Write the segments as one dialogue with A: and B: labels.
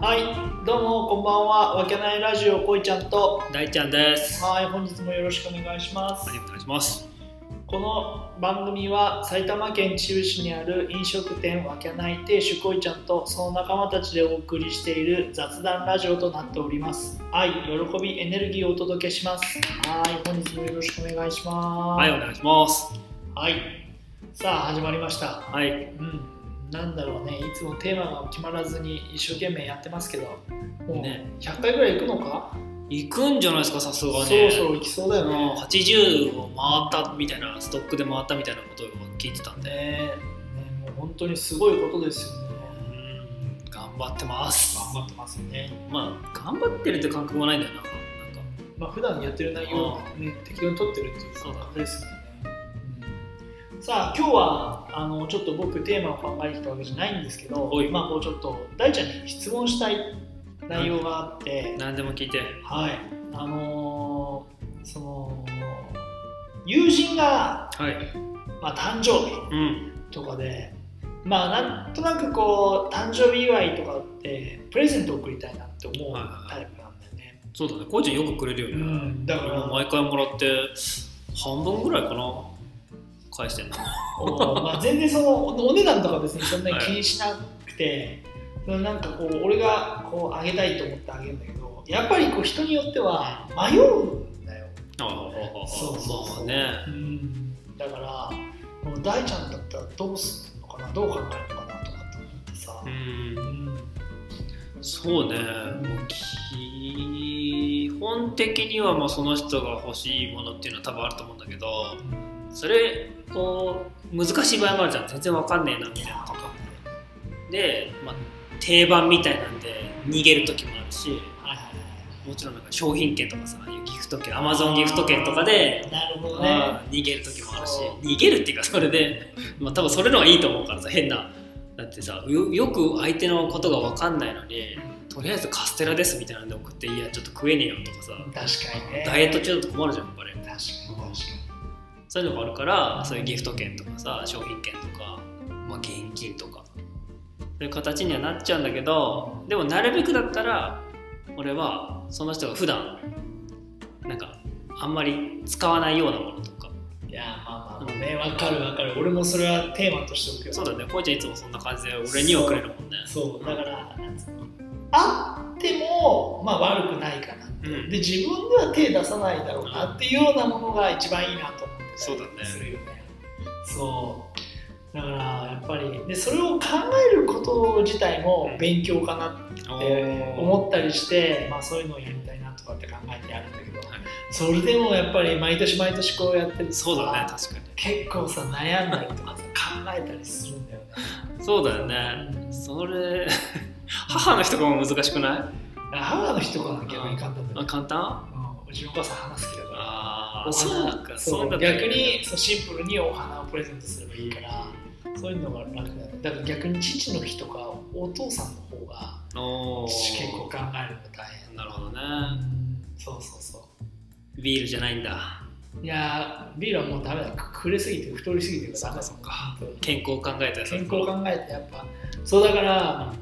A: はい、どうもこんばんは。わけないラジオこいちゃんと。
B: 大ちゃんです。は
A: はい、本日もよろしくお願いします。
B: い、お願いします。
A: この番組は埼玉県秩父市にある飲食店わけない亭主こいちゃんとその仲間たちでお送りしている雑談ラジオとなっております。愛、喜び、エネルギーをお届けします。はい、本日もよろしくお願いします。
B: はい、お願いします。
A: はい、さあ始まりました。
B: はい、
A: うん、なんだろうね、いつもテーマが決まらずに一生懸命やってますけど、もう
B: ね
A: 100回ぐらい行くのか、
B: 行くんじゃないですか、さすがに。
A: そろそろ行きそうだよ
B: もう
A: ね。
B: 80を回ったみたいな、ストックで回ったみたいなことを聞いてたん
A: ね
B: で、
A: ねもう本当にすごいことですよね。
B: うん、頑張ってます。
A: 頑張ってますね。
B: まあ、頑張ってるって感覚もないんだよな。なんか、
A: まあ普段やってる内容を、ね、適当に撮ってるっていう
B: そうだ
A: ことですよね。うんさあ今日はあのちょっと僕テーマを考えてきたわけじゃないんですけど
B: おい、
A: まあこうちょっと大ちゃんに質問したい内容があって、
B: 何でも聞いて。
A: はい、あのーその友人が、
B: はい。
A: まあ、誕生日
B: うん。
A: とかで、まあ、なんとなくこう誕生日祝いとかってプレゼント送りたいなって思うタイプなんだよね、
B: そうだね、こいちゃんよくくれるよね。
A: うんだから
B: 毎回もらって、半分ぐらいかな。返してんの。
A: おまあ、全然そのおお値段とか別にそんなに
B: はい
A: 気にしなくて、そのなんかこう俺がこうあげたいと思ってあげるんだけどやっぱりこう人によっては迷うんだよ
B: ああ
A: そうそうそう
B: まあね。
A: うんだからもう大ちゃんだったらどうするのかなどう考えるのかなとかって思ってさ、
B: うん。
A: うん
B: そうね、もう基本的にはまあその人が欲しいものっていうのは多分あると思うんだけどそれこう難しい場合もあるじゃん全然わかんねえなみたいなとかで、まあ、定番みたいなんで逃げる時もあるし
A: はいはい
B: もちろんなんか商品券とかさああいうギフト券アマゾンギフト券とかで
A: はい、なるほどね
B: まあ逃げる時もあるし
A: そう
B: 逃げるっていうかそれで、まあ、多分それの方がいいと思うからさ変なだってさよよく相手のことがわかんないのに。とりあえずカステラですみたいなんで送っていやちょっと食えねえよとかさ
A: 確かにね
B: ダイエット中だと困るじゃんやっぱり
A: 確かに確か
B: そういうのがあるからそういうギフト券とかさ商品券とか、まあ、現金とかそういう形にはなっちゃうんだけどでもなるべくだったら俺はその人が普段なんかあんまり使わないようなものとか
A: にいやまあまあねわかるわかる俺もそれはテーマとしておくよ
B: そうだねこうちゃんいつもそんな感じで俺にはくれるもんね
A: そうだからなんつうのあってもまあ悪くないかな
B: うん、
A: で自分では手出さないだろうなっていうようなものが一番いいなと思ってたり
B: そうだね
A: するよねそうだからやっぱりでそれを考えること自体も勉強かなって
B: おー
A: 思ったりして、まあ、そういうのをやりたいなとかって考えてやるんだけど、
B: はい
A: それでもやっぱり毎年毎年こうやってるとさ
B: そうだね確かに
A: 結構さ悩んだりとかさ考えたりするんだよね
B: そうだよねそれ 母の人がも難しくない
A: 母の人から逆に簡単だ
B: あ
A: ね、
B: 簡単
A: うん、うちのお母さん話好きだから
B: あ
A: お
B: そう
A: 花
B: か
A: そう
B: だった
A: 逆にそうシンプルにお花をプレゼントすればいいからそういうのが楽だねだから逆に父の日とかお父さんの方が
B: おー
A: 結構考えるのが大変
B: なる
A: ほ
B: ほどね
A: そうそうそ
B: ビールじゃないんだ
A: ういやービールはもうダメだくくれすぎて太りすぎてるからダメだ
B: そっか
A: 本当に
B: 健康を考えたら
A: 健康を考えてやっぱそうだから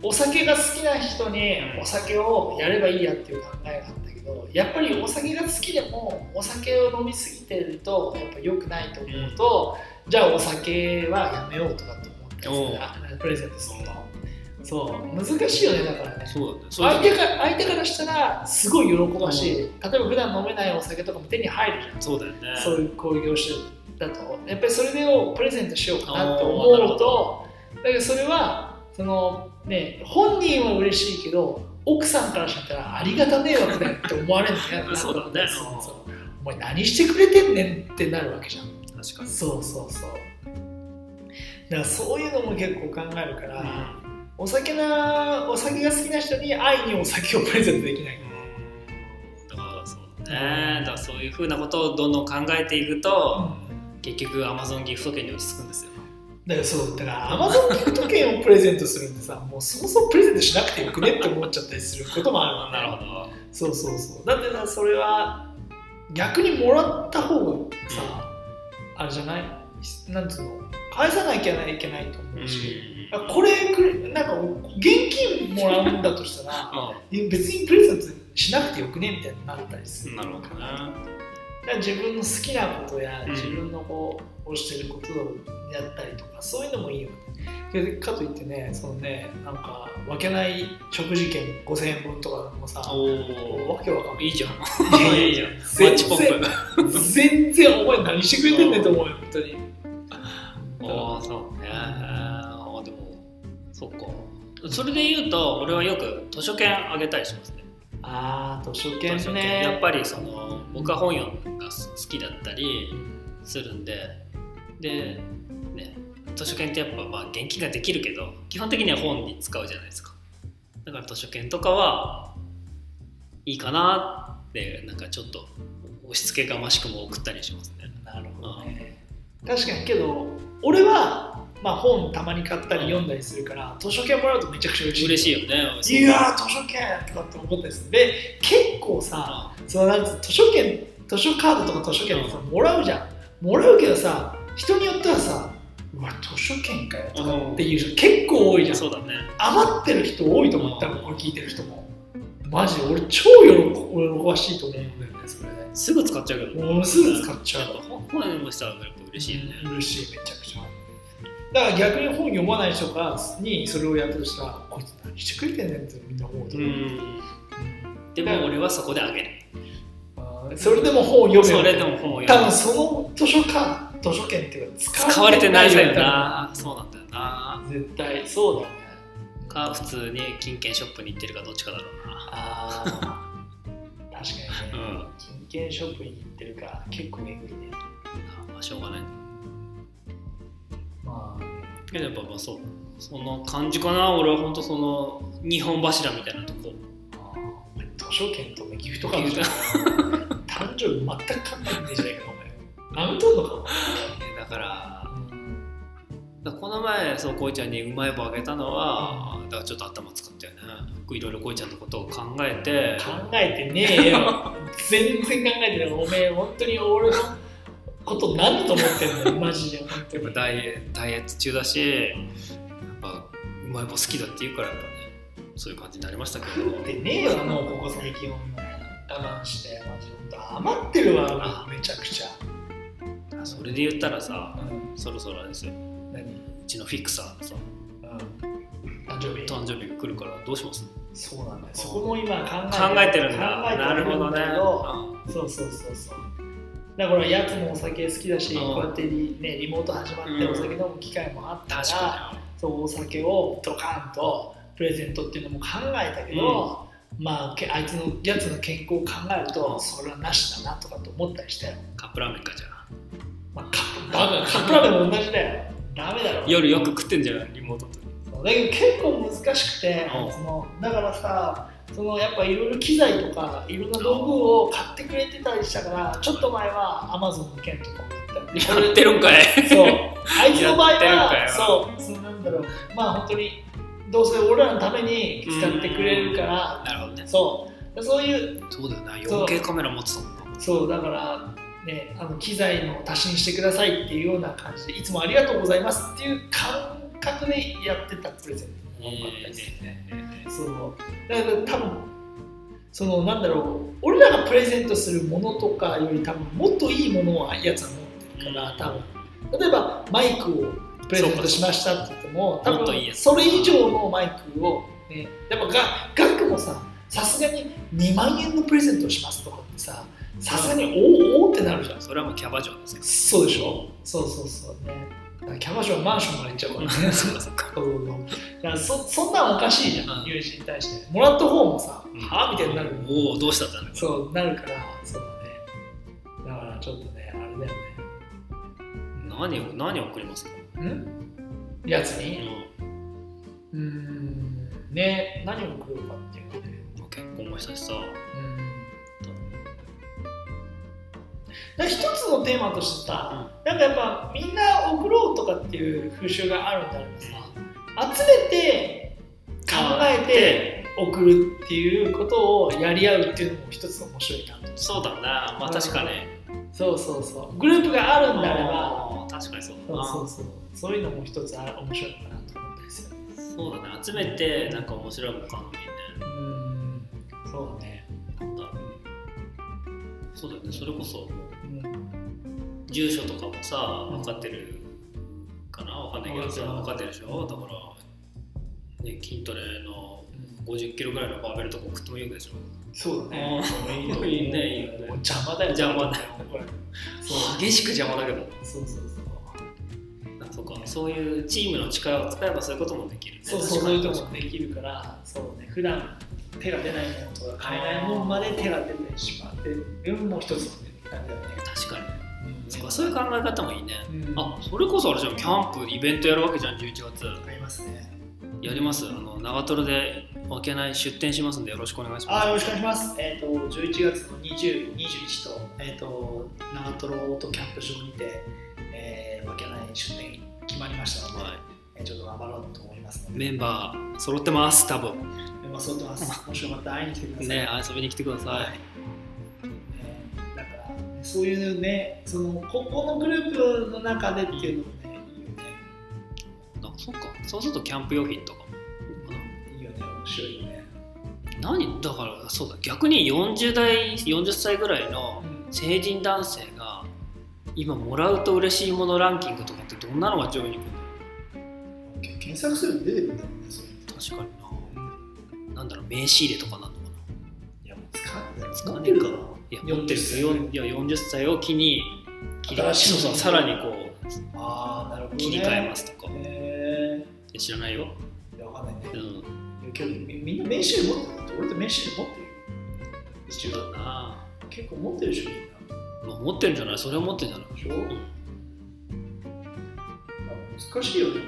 A: お酒が好きな人にお酒をやればいいやっていう考えがあったけどやっぱりお酒が好きでもお酒を飲みすぎてるとやっぱ良くないと思うと、じゃあお酒はやめようとかって思ってプレゼントするのそう難しいよねだからね
B: そうだねそう
A: 相手か相手からしたらすごい喜ばしい例えば普段飲めないお酒とかも手に入るじゃん
B: そうだよね
A: そういう工業種だとやっぱりそれでをプレゼントしようかなと
B: あーなる
A: 思う
B: ほ
A: とだけどそれはそのね本人は嬉しいけど奥さんからしたらありがた迷惑だよって思われるのや
B: そうだね
A: そうそうお前何してくれてんねんってなるわけじゃん
B: 確かに
A: そうそうそうだからそういうのも結構考えるから、お酒なお酒が好きな人に愛にお酒をプレゼントできない
B: うんだからそうだねだからそういうふうなことをどんどん考えていくと、結局アマゾンギフト券に落ち着くんですよ
A: だからそうだからアマゾンギフト券をプレゼントするんでさもうそもそもプレゼントしなくてよくねって思っちゃったりすることもあるもんね
B: なるほど
A: そうそうそうだってさそれは逆にもらった方がさ、あれじゃないなんつうの返さなきゃいけないと
B: う
A: 思
B: ん
A: うし、あこれくれなんか現金もらうんだとしたら
B: あ
A: いや別にプレゼントしなくてよくねみたいになったりする
B: なるほどな
A: だから自分の好きなことや
B: うん
A: 自分のこう推してることをやったりとかそういうのもいいよねでかといってねそのねなんか分けない食事券5000円分とかもさ
B: お
A: わけわかん
B: お
A: ない
B: いいじゃん
A: や
B: いいじゃんマッチポップ
A: 全然お前何してくれてんねんと思うよ本当に
B: ああそうねあーでもそっかそれで言うと俺はよく図書券あげたりしますね
A: ああ図書
B: 図書
A: 券
B: 券
A: ね
B: やっぱりその僕は本読むのが好きだったりするんででね図書券ってやっぱまあ現金ができるけど基本的には本に使うじゃないですかだから図書券とかはいいかなってなんかちょっと押し付けがましくも送ったりしますね
A: なるほどね確かにけど俺はまあ本たまに買ったり読んだりするから図書券もらうとめちゃくちゃ嬉しい
B: 嬉しいよね
A: いやー図書券とかって思ったりするで結構さ
B: あ
A: そのなんつう図書券図書カードとか図書券とかさもらうじゃんもらうけどさ人によってはさうわ図書券かよとかっていう人結構多いじゃん
B: そうだね
A: 余ってる人多いと思った
B: うん
A: これ聞いてる人もマジで俺超喜喜ばしいと思うんだよねそれ
B: すぐ使っちゃうけど
A: もうすぐ使っちゃ
B: やっ
A: う
B: ぱ本本読む人はやっぱ嬉しいよね
A: 嬉しいめちゃくちゃだから逆に本読まない人がにそれをやったとしたらこいつ何してくれてんねんってみんな思うと
B: う
A: 思う、
B: んでも俺はそこであげる
A: あーそれでも本を読め
B: それでも本を
A: 多
B: 読
A: 分
B: む
A: その図書館図書券っていうのは
B: 使われてないんだよ
A: な
B: なそうなんだよな
A: 絶対そうだね
B: か普通に金券ショップに行ってるかどっちかだろうな
A: あ あ確かに
B: う
A: ね、
B: ん
A: 金券ショップに行ってるから結構えぐいね
B: まあしょうがない
A: まあ
B: けどやっぱまあそうその感じかな俺は本当その日本柱みたいなとこ
A: あーお前図書券とかギフトカード じゃん誕生日全く考えてねえじゃないかお前なめとんのかお前
B: ねだからだからこの前そうこいちゃんにうまい棒あげたのはだからちょっと頭使ったよね僕いろいろこいちゃんのことを考えて
A: 考えてねえよ全然考えてないおめえ本当に俺のこと何だと思ってんのマジで本当
B: やっ
A: に
B: ぱダイエダイエット中だしやっぱうまい棒好きだって言うからやっぱねそういう感じになりましたけど
A: 食ってねえよもうここ最近は我慢してマジで本当余ってるわめちゃくちゃ、
B: あそれで言ったらさそろそろあれですよ
A: 何、うん、
B: うちのフィクサーのさ
A: 誕生日
B: 誕生日が来るからどうします
A: そうなんだよそこも今考え
B: 考えてるんだ
A: 考えて
B: なるほどね
A: だけそうそうそうそうだからやつもお酒好きだし
B: うん
A: こうやってリ,、ね、リモート始まって
B: うん
A: お酒飲む機会もあったから
B: 確、か
A: そうお酒をドカンとプレゼントっていうのも考えたけど、まあけあいつのやつの健康を考えるとそれはなしだなとかと思ったりしたよ、
B: にカップラーメンかじゃあ
A: まあ、カップバカカップラーメンも同じだよダメだろ
B: 夜よく食ってんじゃないリモ ートと
A: そうだけど結構難しくて
B: うん
A: そのだからさそのやっぱいろいろ機材とかいろんな道具を買ってくれてたりしたからちょっと前はアマゾンの件とかもやったり
B: やってるんかい
A: そうあいつの場合
B: やってるんか
A: は
B: よ
A: そうそのなんだろうまあ本当にどうせ俺らのために使ってくれるから
B: なるほどね
A: そうそういう
B: そうだよな
A: そう
B: 4K カメラ持ってたもんな
A: そうだからねあの機材の足しにしてくださいっていうような感じでいつもありがとうございますっていう感覚でやってたプレゼントも多かったでするね、そうだから多分そのなんだろう俺らがプレゼントするものとかより多分もっといいものはやつは持ってるから多分例えばマイクをプレゼントしましたって言っても
B: そ
A: 多
B: うかそうかもっといいや
A: 分
B: つ
A: それ以上のマイクを、ね、やっぱが額もささすがに2万円のプレゼントしますとかってささすがにおーおーってなるじゃん
B: それはもうキャバ嬢ですよ
A: そうでしょそうそうそうねだからキャバ嬢はマンションまで行っちゃうから ね
B: そうかそうか
A: そうそうそうだからそそんなんおかしいじゃん、
B: うん
A: 友人に対してもらった方もさ、
B: うん
A: はあみたいになる
B: おおどうしたんだろう
A: そうなるからそうだねだからちょっとねあれだよね
B: 何を何を送りますか
A: うんやつ
B: う
A: に
B: ん
A: うーんね何を食うかっていうね
B: まあ結婚もしたしさ
A: うんだから一つのテーマとしてさ、なんかやっぱみんな送ろうとかっていう風習があるんだけどさ集めて考えて送るっていうことをやり合うっていうのも一つ面白いなと
B: そうだなまあ確かに
A: そうそうそうグループがあるんであれば
B: あー確かにそうだ
A: そう
B: な
A: そうそうそういうのも一つあ面白いかなと思ったりする
B: そうだね集めてなんか面白いもんかのい
A: うんそうだね、
B: いねなんだろうそうだよねそれこそ
A: うん、
B: 住所とかもさ
A: うん
B: 分かってるかな分かんないけど
A: うん
B: 分かってるでしょだから、ね、筋トレの50キロぐらいのバーベルとか送ってもいいわけでしょ
A: そうだねいいと思う
B: いいねいいね
A: 邪魔だよ
B: 邪魔だよ
A: これそう
B: 激しく邪魔だけど
A: そうそうそう
B: あそうかそういうチームの力を使えばそういうこともできるね
A: そう
B: 確
A: そう
B: か
A: そうい
B: に
A: うこともできるからそうね普段手が出ないものとか買えないものまで手が出てしまってるのも一つの感じだよね、
B: 確かに
A: うん
B: そうかそういう考え方もいいね
A: うん、
B: あそれこそあれじゃんキャンプイベントやるわけじゃん11月
A: ありますね
B: やりますあの長瀞で分けない出店しますんでよろしくお願いし
A: あ
B: ま
A: よろしくお願いします。えっ、と11月の20、21とえっ、と長瀞とキャンプ場にて、えー、わけない出店決まりました
B: す
A: ので、
B: はい
A: えーちょっと頑張ろうと思いますので、
B: メンバー揃ってます多分
A: メンバー揃ってます。もしよかったら会いに来てください。
B: ね遊びに来てくだ
A: は
B: さ
A: い
B: い、
A: えーだからそういうね、そのここのグループの中でっていうのもね、いいよね。
B: あそっかそうするとキャンプ用品とかも
A: いいよね、面白いよね。
B: 何だからそうだ逆に40代40歳ぐらいの成人男性が今もらうと嬉しいものランキングとかってどんなのが上位に来るの
A: 検索すると出てくるんだもんね、そういうの。
B: 確かにななんだろう名刺入れとかなのかない
A: や、もう使って
B: 使ってるかないいや持ってる
A: 40
B: よんいや40歳を機に切り
A: 新しい
B: そうそうさらにこ
A: ああ、なるほど、
B: う
A: ね。
B: 切り替えますとか、
A: え
B: え知らないよ、
A: ー、いやわかんないね
B: う。ん、
A: 今日みみんな名刺入れ持ってるって俺と名刺入れ持ってる
B: 一応だな、
A: 結構持ってるでしょみん
B: まあ、持ってるんじゃないそれは持ってるんじゃない
A: なでしょ、まあ難しいよね、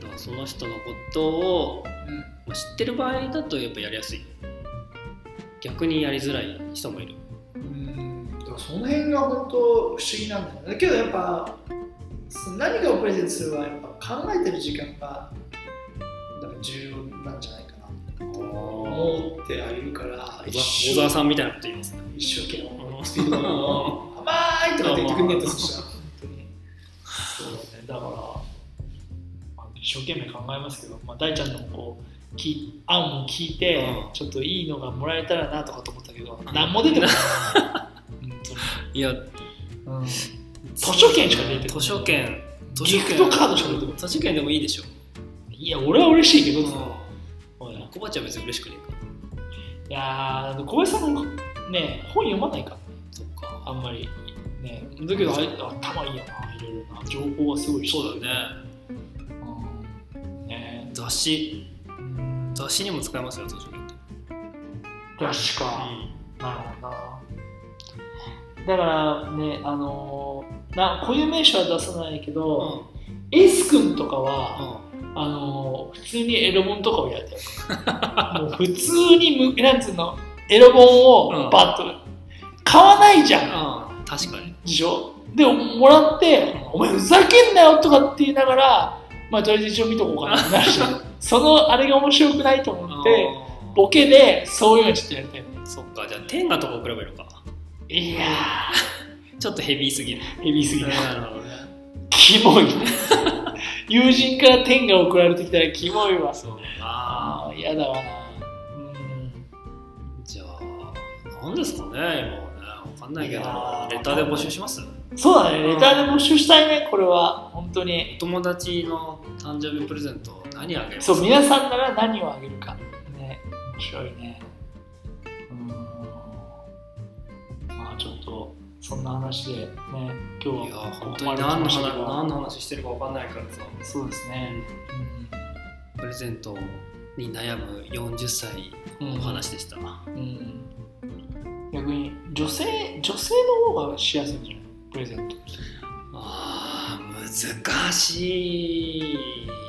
B: だからその人のことを、まあ、知ってる場合だとやっぱやりやすい逆にやりづらい人もいる
A: うんだからその辺が本当不思議なんだよねだけどやっぱそ何かをプレゼントするはやっぱ考えてる時間がだから重要なんじゃないかな
B: 小
A: 思ってはいるから一
B: 小
A: 生
B: 沢さんみたいなこと言いますね
A: 一生懸命スピードを甘ーいとかって言ってくんねえとそしたら本当にそうだねだから、まあ一生懸命考えますけど、まあ、大ちゃんのこうき案も聞いて、
B: うん
A: ちょっといいのがもらえたらなとかと思ったけど、
B: ん
A: 何も出てこない
B: いや
A: 本当に図書券しか出てこない
B: 図書券図
A: ギ
B: 書
A: フ
B: 券
A: トカードしか出てこない
B: 図書券でもいいでしょ
A: いや俺は嬉しいけど、
B: う
A: ほら
B: ん小鉢は別に嬉しくねえか
A: いやー小林さんもね本読まないから
B: そっか
A: あんまりねだけどあれ頭いいよないろいろな情報はすごいし
B: そうだよね
A: うんね
B: 雑誌
A: うん
B: 雑誌にも使えますよ図書券って
A: 確か、なるほどなだからねあのーなこういう名称は出さないけ
B: うん
A: ど、エス君とか
B: う
A: は、
B: ん
A: あのー普通にエロ本とかをやってる もう普通にむなんつうのエロ本
B: う
A: を
B: ん
A: バッと、買わないじゃん
B: うん確か に
A: でしょでももらって「お前ふざけんなよ」とかって言いながらまあとりあえず一応見とこうかなってなるじ ゃんそのあれが面白くないと思ってボケでそういうのちょっとやりたい
B: うんそっかじゃあ天下とか送ればいいのか
A: いや
B: ちょっとヘビーすぎる
A: ーヘビーすぎる
B: なるほどね
A: キモい友人から天が送られてきたらキモいわ
B: そう
A: あ
B: あ
A: あ嫌だわな
B: じゃあ何ですかね今はね分かんないけど
A: いやー
B: レターで募集します
A: うんそうだねレターで募集したいねこれは本当に
B: お友達の誕生日プレゼント何あげます
A: そう皆さんなら何をあげるかね面白いねうんまあちょっとそんな話でね今
B: い
A: 日
B: や
A: は
B: 本当に何の話何の話してるか分かんないからさ
A: そうですね、
B: プレゼントに悩む40歳
A: うん
B: のお話でした、
A: うん逆に女性女性の方がしやすいんじゃないプレゼント
B: あー難しい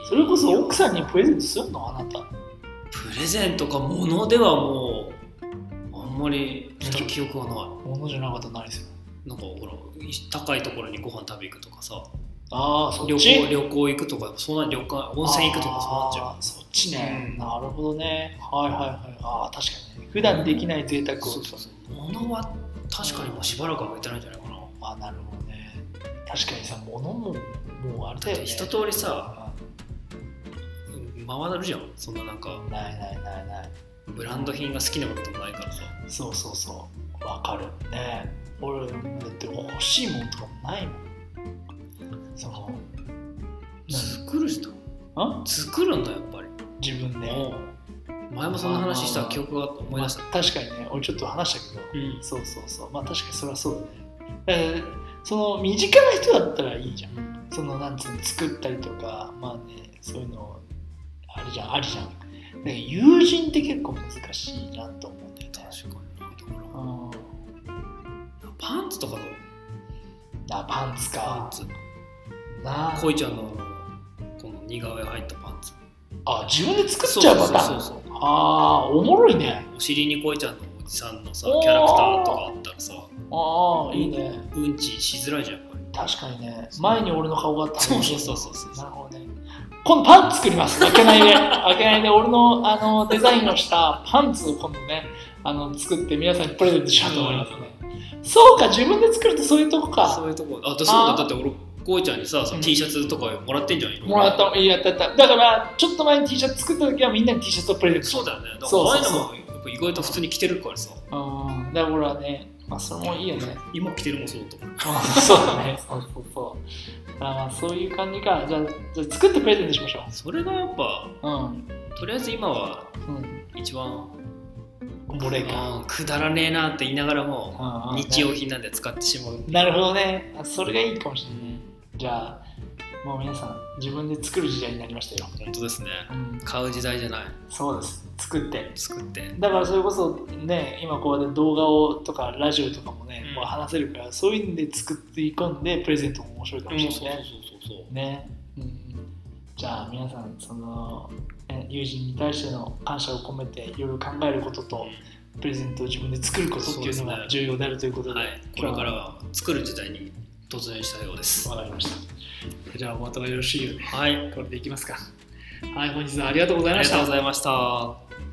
A: それこそ奥さんにプレゼントするのあなた
B: プレゼントか物ではもうあんまりした記憶はない
A: 物じゃなかったら何する
B: なんかほら高いところにご飯食べ行くとかさ
A: ああそ
B: 旅行旅行行くとかそんな旅館温泉行くとかそうなっちゃ
A: あーそっちね、
B: うん
A: なるほどねはいはいはいああ確かにね普段できない贅沢を
B: うそうそうそう物は確かにもうしばらくは置いてないんじゃないかな
A: あなるほどね確かにさ物ももうあれだよね
B: 一通りさ
A: あ
B: うん回るじゃんそんななんか
A: ないないないない
B: ブランド品が好きなこともないからさ
A: そうそうそうわかるね俺だって欲しいもんとかもないもんその
B: 作る人
A: あ
B: 作るんだやっぱり
A: 自分で、
B: もう前もそんな話し
A: ま
B: た
A: あ
B: 記憶が思い
A: まあ
B: 出し
A: 確
B: た、
A: かにね俺ちょっと話したけど
B: うん
A: そうそうそうまあ確かにそれはそうだねだからその身近な人だったらいいじゃんそのなんつうの作ったりとかまあねそういうのあるじゃんあるじゃんだから友人って結構難しいなと思うんだよね
B: 確かになだから
A: うん
B: パンツとかの
A: あパンツ
B: パ
A: か
B: ンツ
A: なあ
B: 恋ちゃんのこの似顔絵入ったパンツ
A: あ自分で作っちゃうパターン
B: そうそうそうそう
A: ああーおもろいね
B: お尻に恋ちゃんのおじさんのさキャラクターとかあったらさ
A: ああいいね
B: うんちしづらいじゃんやっぱり
A: 確かにね前に俺の顔があった
B: そ
A: の
B: うそうそうそうそう
A: なるほどね。今度パンツ作ります。開けないで。開けないで、俺のあのデザインをしたパンツを今度ね、あの作って皆さんにプレゼントしようと思いますね。そうか、自分で作るとそういうとこ
B: そ
A: か。
B: ういうとこあだそう
A: あ
B: だ
A: ー
B: だって俺こうちゃんにさそ
A: う
B: の
A: ん
B: T シャツとかもらってんじゃんいろいろ
A: もらった、いいやったやった。だから、ちょっと前に T シャツ作った時はみんなに T シャツをプレゼントしよ
B: そうだよねだか
A: そう
B: らああ
A: そ
B: いうう
A: そう
B: のもやっぱ意外と普通に着てるからさ
A: う。うん。だから俺はね、まあそれもいいよね。
B: 今着てるもそうとか
A: そうだね。そうそうそう。あまあそういう感じか。じゃあ、じゃあ作ってプレゼントしましょ
B: それがやっぱ
A: う。うん。
B: とりあえず今は
A: うん。
B: 一番
A: おもれえか。
B: うんくだらねえなって言いながらも
A: うん
B: 日用品なんで使ってしまう
A: なるほどね。あそれがいいかもしれないね。じゃあ、もう皆さん、自分で作る時代になりましたよ。
B: 本当ですね
A: うん、
B: 買う時代じゃない
A: そうです。作って。
B: 作って
A: だからそれこそね、今こうやって動画をとかラジオとかもね、
B: うん
A: もう話せるから、そういうんで作ってい込んで、プレゼントも面白いかもしれないね。
B: そうそう
A: ね。うんうんじゃあ皆さん、その、ね友人に対しての感謝を込めて、いろいろ考えることと、プレゼントを自分で作ることっていうの
B: そう
A: が
B: ですね
A: 重要であるということで、
B: はいこれからは作る時代に突入したようです
A: わかりました。じゃあ、またよろしいよね。
B: はい
A: これでいきますか。はい、本日はありがとうござい
B: あ
A: ま
B: り
A: し
B: がと
A: た
B: うご。ざいました